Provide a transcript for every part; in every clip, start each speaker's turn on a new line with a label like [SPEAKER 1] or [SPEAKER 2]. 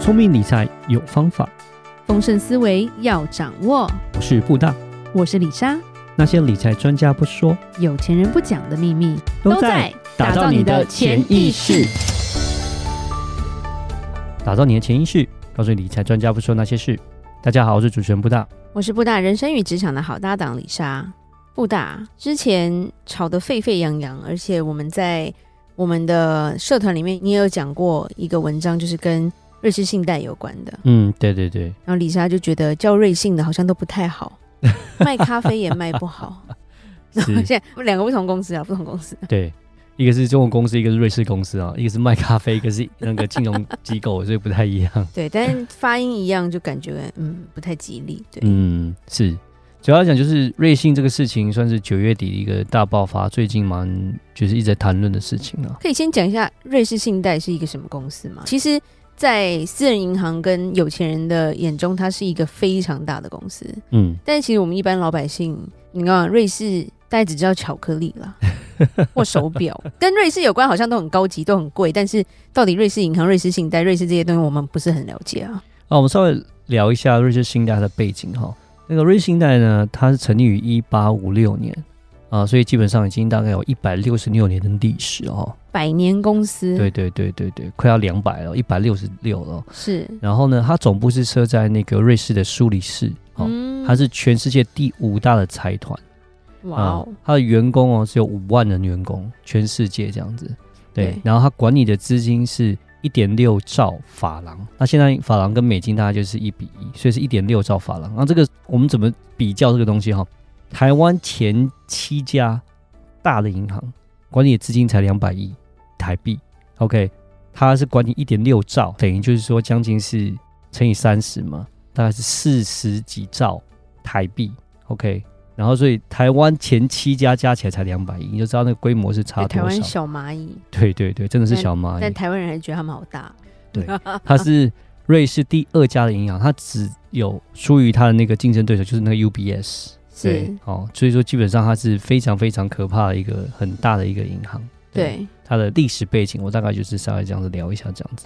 [SPEAKER 1] 聪明理财有方法，
[SPEAKER 2] 丰盛思维要掌握。
[SPEAKER 1] 我是布大。
[SPEAKER 2] 我是李莎，
[SPEAKER 1] 那些理财专家不说，
[SPEAKER 2] 有钱人不讲的秘密
[SPEAKER 1] 打造你的潜意识。，打造你的潜意识，告诉理财专家不说那些事。大家好，我是主持人布大。
[SPEAKER 2] 我是布大人生与职场的好搭档李莎。布大之前吵得沸沸扬扬，而且我们在我们的社团里面，你也有讲过一个文章，就是跟瑞士信贷有关的。
[SPEAKER 1] 嗯，对对对，
[SPEAKER 2] 然后李莎就觉得叫瑞信的好像都不太好，卖咖啡也卖不 好。然后
[SPEAKER 1] 是
[SPEAKER 2] 现在我们两个不同公司啊，不同公司。
[SPEAKER 1] 对，一个是中国公司，一个是瑞士公司啊，一个是卖咖啡，一个是那个金融机构，所以不太一样。
[SPEAKER 2] 对，但 是发音一样，就感觉嗯不太吉利。对，
[SPEAKER 1] 嗯，是。主要讲就是瑞幸这个事情，算是九月底一个大爆发，最近蛮就是一直在谈论的事情啊。
[SPEAKER 2] 可以先讲一下瑞士信贷是一个什么公司吗？其实，在私人银行跟有钱人的眼中，它是一个非常大的公司。
[SPEAKER 1] 嗯，
[SPEAKER 2] 但其实我们一般老百姓，你看瑞士，大家只知道巧克力 啦或手表，跟瑞士有关好像都很高级，都很贵。但是到底瑞士银行、瑞士信贷、瑞士这些东西，我们不是很了解啊。
[SPEAKER 1] 啊，我们稍微聊一下瑞士信贷的背景哈。那个瑞士信贷呢，它是成立于一八五六年啊，所以基本上已经大概有一百六十六年的历史哦。
[SPEAKER 2] 百年公司，
[SPEAKER 1] 对对对对对，快要两百了，一百六十六了。
[SPEAKER 2] 是，
[SPEAKER 1] 然后呢，它总部是设在那个瑞士的苏黎世哦，
[SPEAKER 2] 嗯
[SPEAKER 1] 它是全世界第五大的财团。
[SPEAKER 2] 哇
[SPEAKER 1] 啊，
[SPEAKER 2] 哦，
[SPEAKER 1] 他的员工哦是有五万人员工，全世界这样子。对
[SPEAKER 2] 对，
[SPEAKER 1] 然后他管理的资金是一点六兆法郎，那现在法郎跟美金大概就是一比一，所以是一点六兆法郎。那这个我们怎么比较这个东西哈、台湾前七家大的银行管理的资金才两百亿台币，OK，它是管理一点六兆，等于就是说将近是乘以三十嘛，大概是四十几兆台币，OK。然后，所以台湾前七家加起来才两百亿，你就知道那个规模是差
[SPEAKER 2] 对
[SPEAKER 1] 多
[SPEAKER 2] 台
[SPEAKER 1] 少。
[SPEAKER 2] 湾小蚂蚁，
[SPEAKER 1] 对对对，真的是小蚂
[SPEAKER 2] 但
[SPEAKER 1] 蚁。
[SPEAKER 2] 台湾人还是觉得他们好大。
[SPEAKER 1] 对它是瑞士第二家的银行，它只有输于它的那个竞争对手，就是那个 UBS。对
[SPEAKER 2] 是，，
[SPEAKER 1] 哦，所以说基本上它是非常非常可怕的一个很大的一个银行。
[SPEAKER 2] 对
[SPEAKER 1] 它的历史背景，我大概就是稍微这样子聊一下这样子。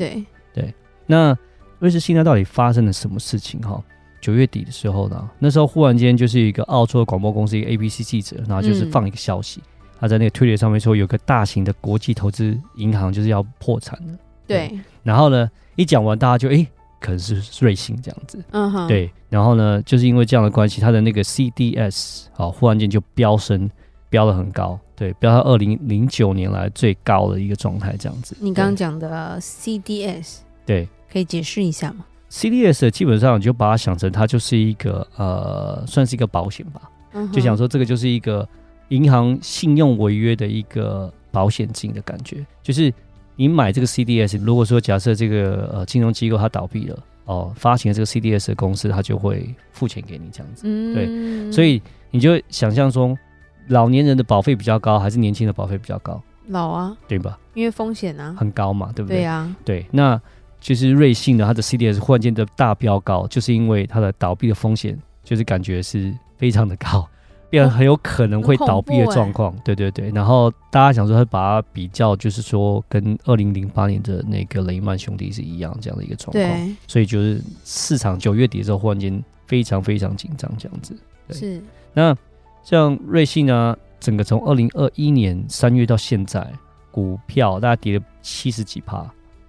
[SPEAKER 2] 对，
[SPEAKER 1] 那瑞士信贷到底发生了什么事情？哈，九月底的时候呢，那时候忽然间就是一个澳洲的广播公司一个 ABC 记者，然后就是
[SPEAKER 2] 嗯
[SPEAKER 1] 放一个消息，他在那个推特上面说有个大型的国际投资银行就是要破产了。
[SPEAKER 2] 对，
[SPEAKER 1] 然后呢，一讲完大家就诶、可能是瑞信这样子。
[SPEAKER 2] 嗯哼，
[SPEAKER 1] 对，然后呢，就是因为这样的关系，它的那个 CDS 啊，忽然间就飙升，飙得很高，对，飙到二零零九年来最高的一个状态，这样子。
[SPEAKER 2] 你刚刚讲的 CDS
[SPEAKER 1] 对
[SPEAKER 2] 可以解释一下吗？
[SPEAKER 1] 对 CDS 基本上你就把它想成它就是一个呃，算是一个保险吧，
[SPEAKER 2] 嗯哼
[SPEAKER 1] 就想说这个就是一个银行信用违约的一个保险金的感觉，就是你买这个 CDS，如果说假设这个呃金融机构它倒闭了。哦，发行的这个 CDS 的公司，它就会付钱给你这样子。
[SPEAKER 2] 嗯
[SPEAKER 1] 所以你就想象中，老年人的保费比较高，还是年轻的保费比较高，
[SPEAKER 2] 老啊，
[SPEAKER 1] 对吧？
[SPEAKER 2] 因为风险啊，
[SPEAKER 1] 很高嘛，对不对？
[SPEAKER 2] 对啊，
[SPEAKER 1] 对那就是瑞信呢，它的 CDS 忽然间的大飙高，就是因为它的倒闭的风险，就是感觉是非常的高，变
[SPEAKER 2] 哦
[SPEAKER 1] 很有可能会倒闭
[SPEAKER 2] 很
[SPEAKER 1] 的
[SPEAKER 2] 恐怖欸
[SPEAKER 1] 状况。对对对，然后大家想说，把它比较，就是说跟二零零八年的那个雷曼兄弟是一样这样的一个状况，
[SPEAKER 2] 对，
[SPEAKER 1] 所以就是市场九月底的时候，忽然间非常非常紧张这样子。对
[SPEAKER 2] 是，
[SPEAKER 1] 那像瑞信呢，整个从二零二一年三月到现在，股票大概跌了七十几趴，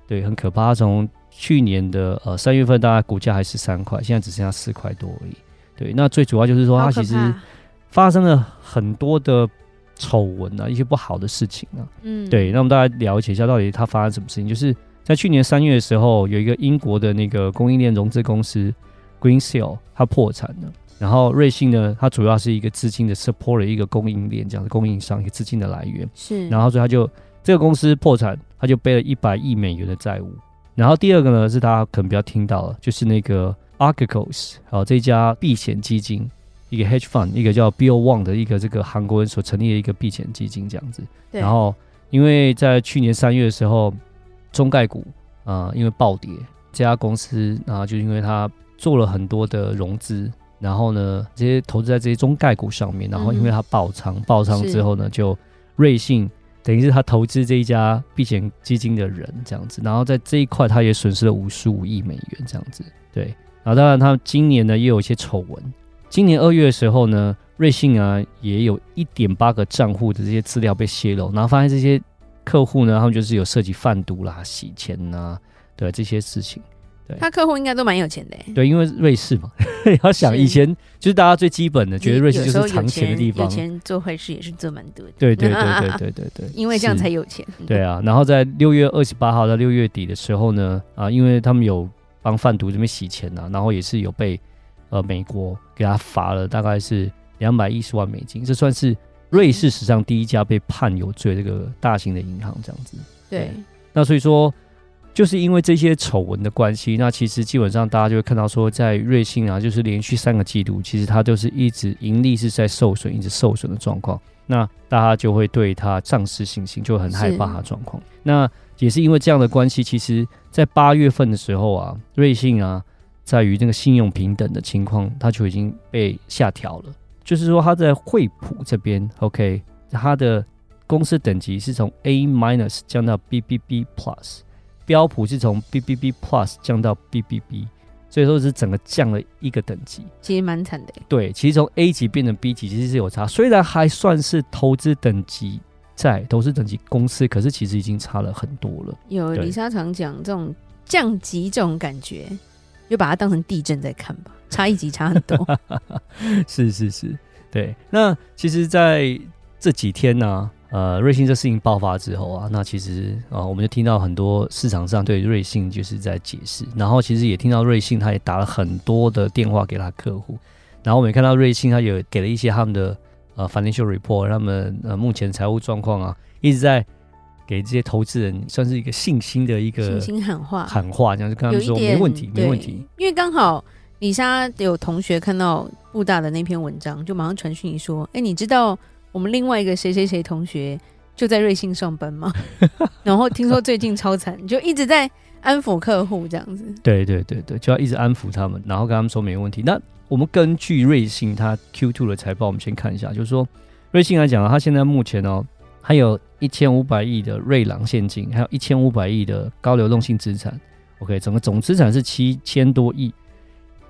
[SPEAKER 1] 对，很可怕。它从去年的呃三月份，大概股价还是三块，现在只剩下四块多而已。对，那最主要就是说，
[SPEAKER 2] 好
[SPEAKER 1] 它
[SPEAKER 2] 可
[SPEAKER 1] 其实
[SPEAKER 2] 怕，
[SPEAKER 1] 发生了很多的丑闻啊，一些不好的事情啊。
[SPEAKER 2] 嗯，
[SPEAKER 1] 对，那我们大家了解一下到底它发生什么事情。就是在去年三月的时候，有一个英国的那个供应链融资公司 Green Seal 它破产了。然后瑞信呢，它主要是一个资金的 support 的一个供应链，这样的供应商一个资金的来源。
[SPEAKER 2] 是，
[SPEAKER 1] 然后所以它就这个公司破产，它就背了一百亿美元的债务。然后第二个呢，是大家可能比较听到了，就是那个 Archegos，好、这家避险基金，一个 hedge fund，一个叫 Bill Wang 的一个这个韩国人所成立的一个避险基金这样子。
[SPEAKER 2] 对
[SPEAKER 1] 然后因为在去年三月的时候，中概股啊、呃因为暴跌，这家公司啊、就因为它做了很多的融资，然后呢这些投资在这些中概股上面，然后因为它爆仓，爆仓之后呢就瑞信等于是他投资这一家避险基金的人这样子，然后在这一块他也损失了五十五亿美元这样子，对，然后当然他今年呢也有一些丑闻，今年二月的时候呢，瑞信啊也有一点八个账户的这些资料被泄露，然后发现这些客户呢，他们就是有涉及贩毒啦、洗钱呐、对这些事情。
[SPEAKER 2] 他客户应该都蛮有钱的欸，
[SPEAKER 1] 对，因为瑞士嘛， 要想
[SPEAKER 2] 是
[SPEAKER 1] 以前就是大家最基本的，觉得瑞士
[SPEAKER 2] 有
[SPEAKER 1] 就
[SPEAKER 2] 时候
[SPEAKER 1] 是
[SPEAKER 2] 有
[SPEAKER 1] 藏钱的地方
[SPEAKER 2] 有。钱做坏事也是做蛮多的。
[SPEAKER 1] 对对 对对对对对，
[SPEAKER 2] 因为这样
[SPEAKER 1] 是
[SPEAKER 2] 才有钱。
[SPEAKER 1] 对啊，然后在六月二十八号到六月底的时候呢，啊，因为他们有帮贩毒这边洗钱啊，然后也是有被呃美国给他罚了大概是两百一十万美金，这算是瑞士史上第一家被判有罪这个大型的银行这样子。
[SPEAKER 2] 对
[SPEAKER 1] 对那所以说，就是因为这些丑闻的关系，那其实基本上大家就会看到说，在瑞信啊，就是连续三个季度，其实它就是一直盈利是在受损，一直受损的状况。那大家就会对它丧失信心，就很害怕
[SPEAKER 2] 是
[SPEAKER 1] 它的状况。那也是因为这样的关系，其实在八月份的时候啊，瑞信啊，在于那个信用平等的情况，它就已经被下调了。就是说，它在惠普这边，OK，它的公司等级是从 A minus 降到 BBB plus，标普是从 BBB plus 降到 BBB，所以说是整个降了一个等级。
[SPEAKER 2] 其实蛮惨的。
[SPEAKER 1] 对，其实从 A 级变成 B 级其实是有差，虽然还算是投资等级在投资等级公司，可是其实已经差了很多了。
[SPEAKER 2] 有
[SPEAKER 1] 对
[SPEAKER 2] 李莎常讲这种降级这种感觉，就把它当成地震在看吧，差一级差很 多。
[SPEAKER 1] 是是是，对。那其实，在这几天呢、呃，瑞信这事情爆发之后啊，那其实啊、我们就听到很多市场上对瑞信就是在解释，然后其实也听到瑞信他也打了很多的电话给他客户，然后我们也看到瑞信他有给了一些他们的呃 financial report，他们呃目前财务状况啊，一直在给这些投资人算是一个信心的一
[SPEAKER 2] 信
[SPEAKER 1] 个
[SPEAKER 2] 心喊话，
[SPEAKER 1] 喊话，这样就跟他
[SPEAKER 2] 有
[SPEAKER 1] 们
[SPEAKER 2] 一
[SPEAKER 1] 说
[SPEAKER 2] 点
[SPEAKER 1] 没问题，没问题。。
[SPEAKER 2] 对因为刚好李莎有同学看到布大的那篇文章，就马上传讯你说：“哎、你知道我们另外一个谁谁谁同学就在瑞幸上 班吗？”然后听说最近超惨，就一直在安抚客户这样子。
[SPEAKER 1] 对对对对，就要一直安抚他们，然后跟他们说没问题。那我们根据瑞信它 Q2 的财报，我们先看一下，就是说瑞信来讲啊，它现在目前哦，它有一千五百亿的瑞郎现金，还有一千五百亿的高流动性资产。OK，整个总资产是七千多亿，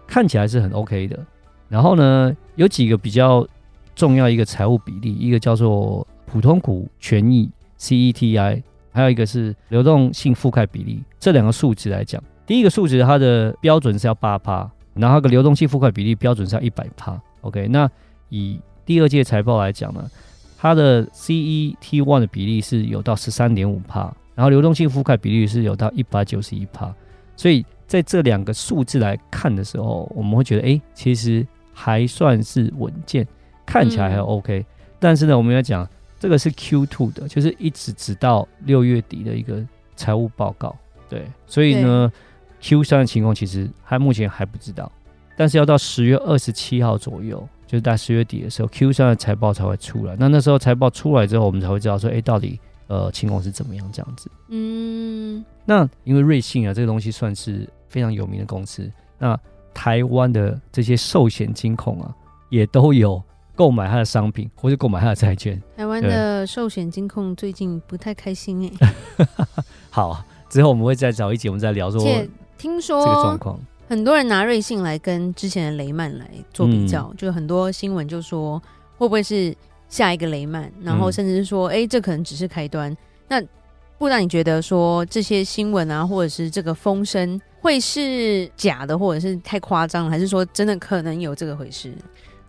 [SPEAKER 1] 看起来是很 OK 的。然后呢，有几个比较重要一个财务比例，一个叫做普通股权益 CETI，还有一个是流动性覆盖比例。这两个数值来讲，第一个数值它的标准是要八趴，然后它的流动性覆盖比例标准是要一百趴。OK，那以第二届财报来讲呢，它的 CET one 的比例是有到十三点五帕，然后流动性覆盖比率是有到一百九十一帕，所以在这两个数字来看的时候，我们会觉得，哎、其实还算是稳健，看起来还
[SPEAKER 2] 嗯
[SPEAKER 1] OK、但是呢，我们要讲这个是 Q two 的，就是一直直到六月底的一个财务报告，对，所以呢，Q 三的情况其实还目前还不知道。但是要到十月二十七号左右，就是在十月底的时候，Q 三的财报才会出来。那那时候财报出来之后，我们才会知道说，哎、到底呃情况是怎么样这样子。
[SPEAKER 2] 嗯，
[SPEAKER 1] 那因为瑞信啊，这个东西算是非常有名的公司，那台湾的这些寿险金控啊，也都有购买它的商品或是购买它的债券。
[SPEAKER 2] 台湾的寿险金控最近不太开心
[SPEAKER 1] 哦
[SPEAKER 2] 哎、
[SPEAKER 1] 好，之后我们会再找一集，我们再聊说
[SPEAKER 2] 而且听
[SPEAKER 1] 这个状
[SPEAKER 2] 说
[SPEAKER 1] 况。
[SPEAKER 2] 很多人拿瑞幸来跟之前的雷曼来做比较，
[SPEAKER 1] 嗯
[SPEAKER 2] 就很多新闻就说会不会是下一个雷曼，然后
[SPEAKER 1] 嗯
[SPEAKER 2] 甚至是说，哎、这可能只是开端。那不然你觉得说这些新闻啊，或者是这个风声会是假的，或者是太夸张了，还是说真的可能有这个回事？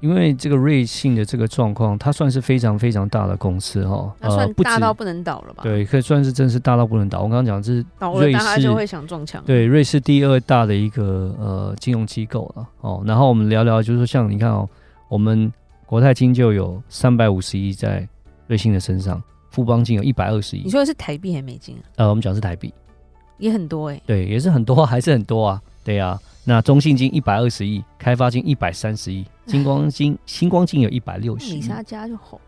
[SPEAKER 1] 因为这个瑞信的这个状况，它算是非常非常大的公司哦，
[SPEAKER 2] 那算
[SPEAKER 1] 不
[SPEAKER 2] 大
[SPEAKER 1] 止
[SPEAKER 2] 到不能倒了吧？，
[SPEAKER 1] 对，可以算是真是大到不能倒。我刚刚讲的是
[SPEAKER 2] 倒了大家
[SPEAKER 1] 瑞士
[SPEAKER 2] 就会想撞墙。
[SPEAKER 1] 对瑞士第二大的一个呃金融机构了哦。然后我们聊聊，就是说像你看哦，我们国泰金就有三百五十亿在瑞信的身上，富邦金有一百二十
[SPEAKER 2] 你
[SPEAKER 1] 亿，
[SPEAKER 2] 说的是台币还是美金啊？
[SPEAKER 1] 呃，我们讲的是台币，
[SPEAKER 2] 也很多哎、
[SPEAKER 1] 对，也是很多啊，还是很多啊，对啊。那中信金一百二十亿，开发金一百三十亿，金光金星光金有一百六十
[SPEAKER 2] 李
[SPEAKER 1] 亿。
[SPEAKER 2] 莎家就好。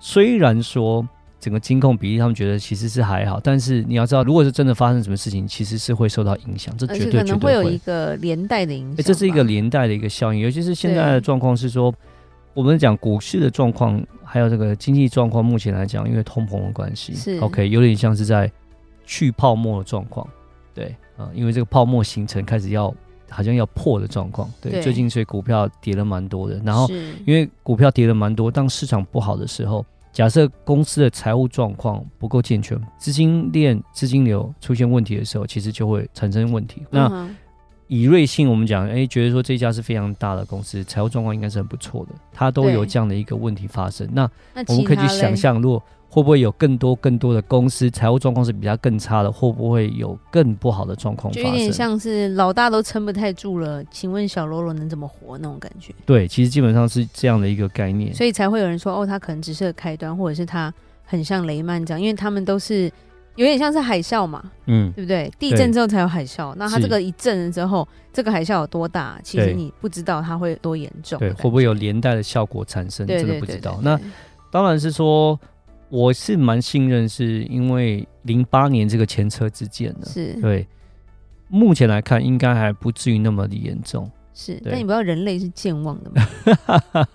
[SPEAKER 1] 虽然说整个金控比例他们觉得其实是还好，但是你要知道，如果是真的发生什么事情，其实是会受到影响，这
[SPEAKER 2] 而
[SPEAKER 1] 绝
[SPEAKER 2] 且
[SPEAKER 1] 对
[SPEAKER 2] 可
[SPEAKER 1] 绝
[SPEAKER 2] 能会
[SPEAKER 1] 对
[SPEAKER 2] 有一个连带的影响吧、
[SPEAKER 1] 诶这是一个连带的一个效应，尤其是现在
[SPEAKER 2] 对
[SPEAKER 1] 的状况是说，我们讲股市的状况还有这个经济状况，目前来讲，因为通膨的关系，
[SPEAKER 2] 是
[SPEAKER 1] OK，有点像是在去泡沫的状况，对啊、呃因为这个泡沫形成开始要好像要破的状况，对，
[SPEAKER 2] 对
[SPEAKER 1] 最近所以股票跌了蛮多的，然后
[SPEAKER 2] 是
[SPEAKER 1] 因为股票跌了蛮多，当市场不好的时候，假设公司的财务状况不够健全，资金链、资金流出现问题的时候，其实就会产生问题。那
[SPEAKER 2] 嗯哼
[SPEAKER 1] 以瑞幸，我们讲，哎，觉得说这家是非常大的公司，财务状况应该是很不错的，它都有
[SPEAKER 2] 对
[SPEAKER 1] 这样的一个问题发生。那
[SPEAKER 2] 那
[SPEAKER 1] 我们
[SPEAKER 2] 其
[SPEAKER 1] 可以去
[SPEAKER 2] 他嘞
[SPEAKER 1] 想象，如果会不会有更多更多的公司财务状况是比它更差的，会不会有更不好的状况发
[SPEAKER 2] 就
[SPEAKER 1] 生？
[SPEAKER 2] 有点像是老大都撑不太住了，请问小喽啰能怎么活那种感觉？
[SPEAKER 1] 对，其实基本上是这样的一个概念。
[SPEAKER 2] 所以才会有人说，哦，他可能只是个开端，或者是他很像雷曼这样，因为他们都是有点像是海啸嘛，
[SPEAKER 1] 嗯，
[SPEAKER 2] 对不对？地震之后才有海啸，那他
[SPEAKER 1] 是
[SPEAKER 2] 这个一震之后，这个海啸有多大，其实
[SPEAKER 1] 对
[SPEAKER 2] 你不知道它会有多严重的
[SPEAKER 1] 对，
[SPEAKER 2] 感觉，
[SPEAKER 1] 会不会有连带的效果产生？
[SPEAKER 2] 对？
[SPEAKER 1] 真的
[SPEAKER 2] 对
[SPEAKER 1] 不知道。
[SPEAKER 2] 对对
[SPEAKER 1] 那
[SPEAKER 2] 对
[SPEAKER 1] 当然是说，我是蛮信任，是因为零八年这个前车之鉴的，
[SPEAKER 2] 是
[SPEAKER 1] 对。目前来看，应该还不至于那么的严重。
[SPEAKER 2] 是，
[SPEAKER 1] 对
[SPEAKER 2] 但你不知道人类是健忘的 嘛？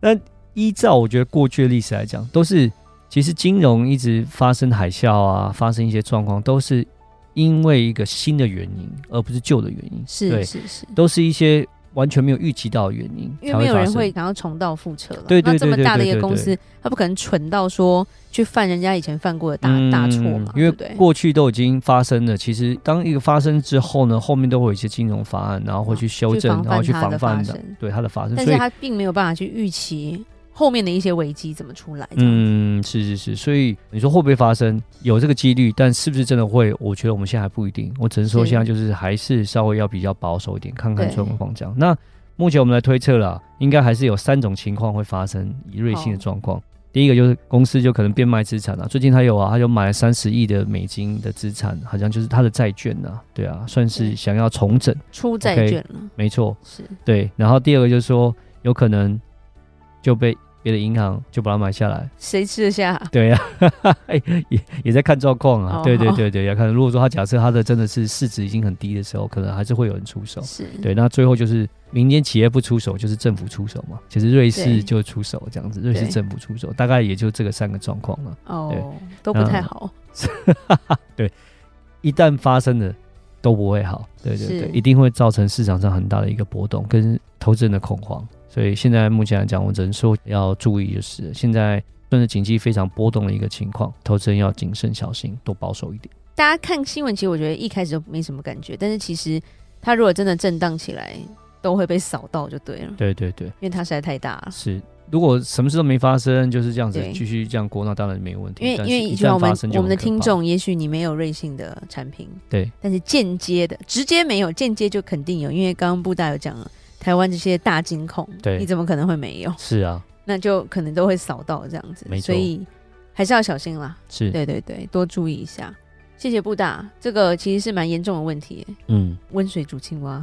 [SPEAKER 1] 那依照我觉得过去的历史来讲，都是其实金融一直发生海啸啊，发生一些状况，都是因为一个新的原因，而不是旧的原因。
[SPEAKER 2] 是
[SPEAKER 1] 对，
[SPEAKER 2] 是是，
[SPEAKER 1] 都是一些完全没有预期到的原因，
[SPEAKER 2] 因为没有
[SPEAKER 1] 才发
[SPEAKER 2] 人
[SPEAKER 1] 生
[SPEAKER 2] 会想要重蹈覆辙了。
[SPEAKER 1] 对对
[SPEAKER 2] 那这么
[SPEAKER 1] 对对
[SPEAKER 2] 大的一个
[SPEAKER 1] 对对
[SPEAKER 2] 公
[SPEAKER 1] 对
[SPEAKER 2] 司，他不可能蠢到说去犯人家以前犯过的大
[SPEAKER 1] 嗯
[SPEAKER 2] 大错嘛，
[SPEAKER 1] 因为
[SPEAKER 2] 对不对？
[SPEAKER 1] 过去都已经发生了。其实当一个发生之后呢，后面都会有一些金融法案，然后会去修
[SPEAKER 2] 哦去
[SPEAKER 1] 正，
[SPEAKER 2] 防
[SPEAKER 1] 然后
[SPEAKER 2] 范
[SPEAKER 1] 去
[SPEAKER 2] 它
[SPEAKER 1] 防
[SPEAKER 2] 的
[SPEAKER 1] 范
[SPEAKER 2] 发
[SPEAKER 1] 的
[SPEAKER 2] 生，
[SPEAKER 1] 对它的发生。
[SPEAKER 2] 但
[SPEAKER 1] 所
[SPEAKER 2] 是
[SPEAKER 1] 以，
[SPEAKER 2] 他并没有办法去预期后面的一些危机怎么出来。嗯，
[SPEAKER 1] 嗯，是是是，所以你说会不会发生？有这个几率，但是不是真的会？我觉得我们现在还不一定。我只能说
[SPEAKER 2] 是
[SPEAKER 1] 现在就是还是稍微要比较保守一点，看看
[SPEAKER 2] 对
[SPEAKER 1] 状况这样。那目前我们来推测了，应该还是有三种情况会发生以瑞幸的
[SPEAKER 2] 好
[SPEAKER 1] 状况。第一个就是公司就可能变卖资产了、最近他有啊，他就买了三十亿的美金的资产，好像就是他的债券呐、对啊，算
[SPEAKER 2] 对
[SPEAKER 1] 是想要重整，
[SPEAKER 2] 出债
[SPEAKER 1] OK
[SPEAKER 2] 券了，
[SPEAKER 1] 没错，
[SPEAKER 2] 是
[SPEAKER 1] 对。然后第二个就是说，有可能就被别的银行就把它买下来，
[SPEAKER 2] 谁吃得下？
[SPEAKER 1] 对呀、 哎也也在看状况啊。
[SPEAKER 2] 哦
[SPEAKER 1] 对对对对，要看。如果说他假设他的真的是市值已经很低的时候，可能还是会有人出手。
[SPEAKER 2] 是，
[SPEAKER 1] 对，那最后就是民间企业不出手，就是政府出手嘛。其实瑞
[SPEAKER 2] 对
[SPEAKER 1] 士就出手这样子，瑞士
[SPEAKER 2] 对
[SPEAKER 1] 政府出手，大概也就这个三个状况了。
[SPEAKER 2] 哦，都不太
[SPEAKER 1] 嗯
[SPEAKER 2] 好。
[SPEAKER 1] 一旦发生了，都不会好。对对
[SPEAKER 2] 是
[SPEAKER 1] 对，一定会造成市场上很大的一个波动跟投资人的恐慌。所以现在目前来讲，我只能说要注意，就是现在算是经济非常波动的一个情况，投资人要谨慎小心，多保守一点。
[SPEAKER 2] 大家看新闻，其实我觉得一开始都没什么感觉，但是其实它如果真的震荡起来，都会被扫到就对了，
[SPEAKER 1] 对对对，
[SPEAKER 2] 因为它实在太大了。
[SPEAKER 1] 是。如果什么事都没发生，就是这样子
[SPEAKER 2] 啊对
[SPEAKER 1] 继续这样过，那当然没问题。
[SPEAKER 2] 因为
[SPEAKER 1] 但是
[SPEAKER 2] 因为
[SPEAKER 1] 一
[SPEAKER 2] 就像
[SPEAKER 1] 旦
[SPEAKER 2] 我们
[SPEAKER 1] 发生就
[SPEAKER 2] 我们的
[SPEAKER 1] 很可
[SPEAKER 2] 听
[SPEAKER 1] 怕，
[SPEAKER 2] 众，也许你没有瑞幸的产品，
[SPEAKER 1] 对
[SPEAKER 2] 但是间接的、直接没有，间接就肯定有，因为刚刚布大有讲了，台湾这些大金控，
[SPEAKER 1] 对
[SPEAKER 2] 你怎么可能会没有？
[SPEAKER 1] 是啊，
[SPEAKER 2] 那就可能都会扫到这样子，
[SPEAKER 1] 没错嗯
[SPEAKER 2] 所以还是要小心啦。
[SPEAKER 1] 是，
[SPEAKER 2] 对对对，多注意一下。谢谢布大，这个其实是蛮严重的问题耶，
[SPEAKER 1] 嗯，
[SPEAKER 2] 温水煮青 蛙，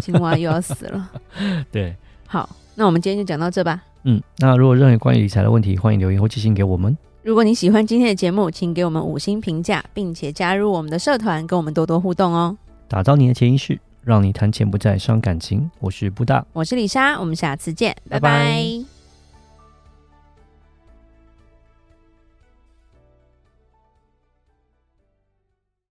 [SPEAKER 2] 青蛙又要死了。
[SPEAKER 1] 对，
[SPEAKER 2] 好，那我们今天就讲到这吧。
[SPEAKER 1] 嗯。那如果任何关于理财的问题，欢迎留言或寄信给我们。
[SPEAKER 2] 如果你喜欢今天的节目，请给我们五星评价，并且加入我们的社团，跟我们多多互动哦。
[SPEAKER 1] 打造你的潜意识，让你谈钱不再伤感情。我是布大，
[SPEAKER 2] 我是李莎，我们下次见，
[SPEAKER 1] 拜
[SPEAKER 2] 拜拜
[SPEAKER 1] 拜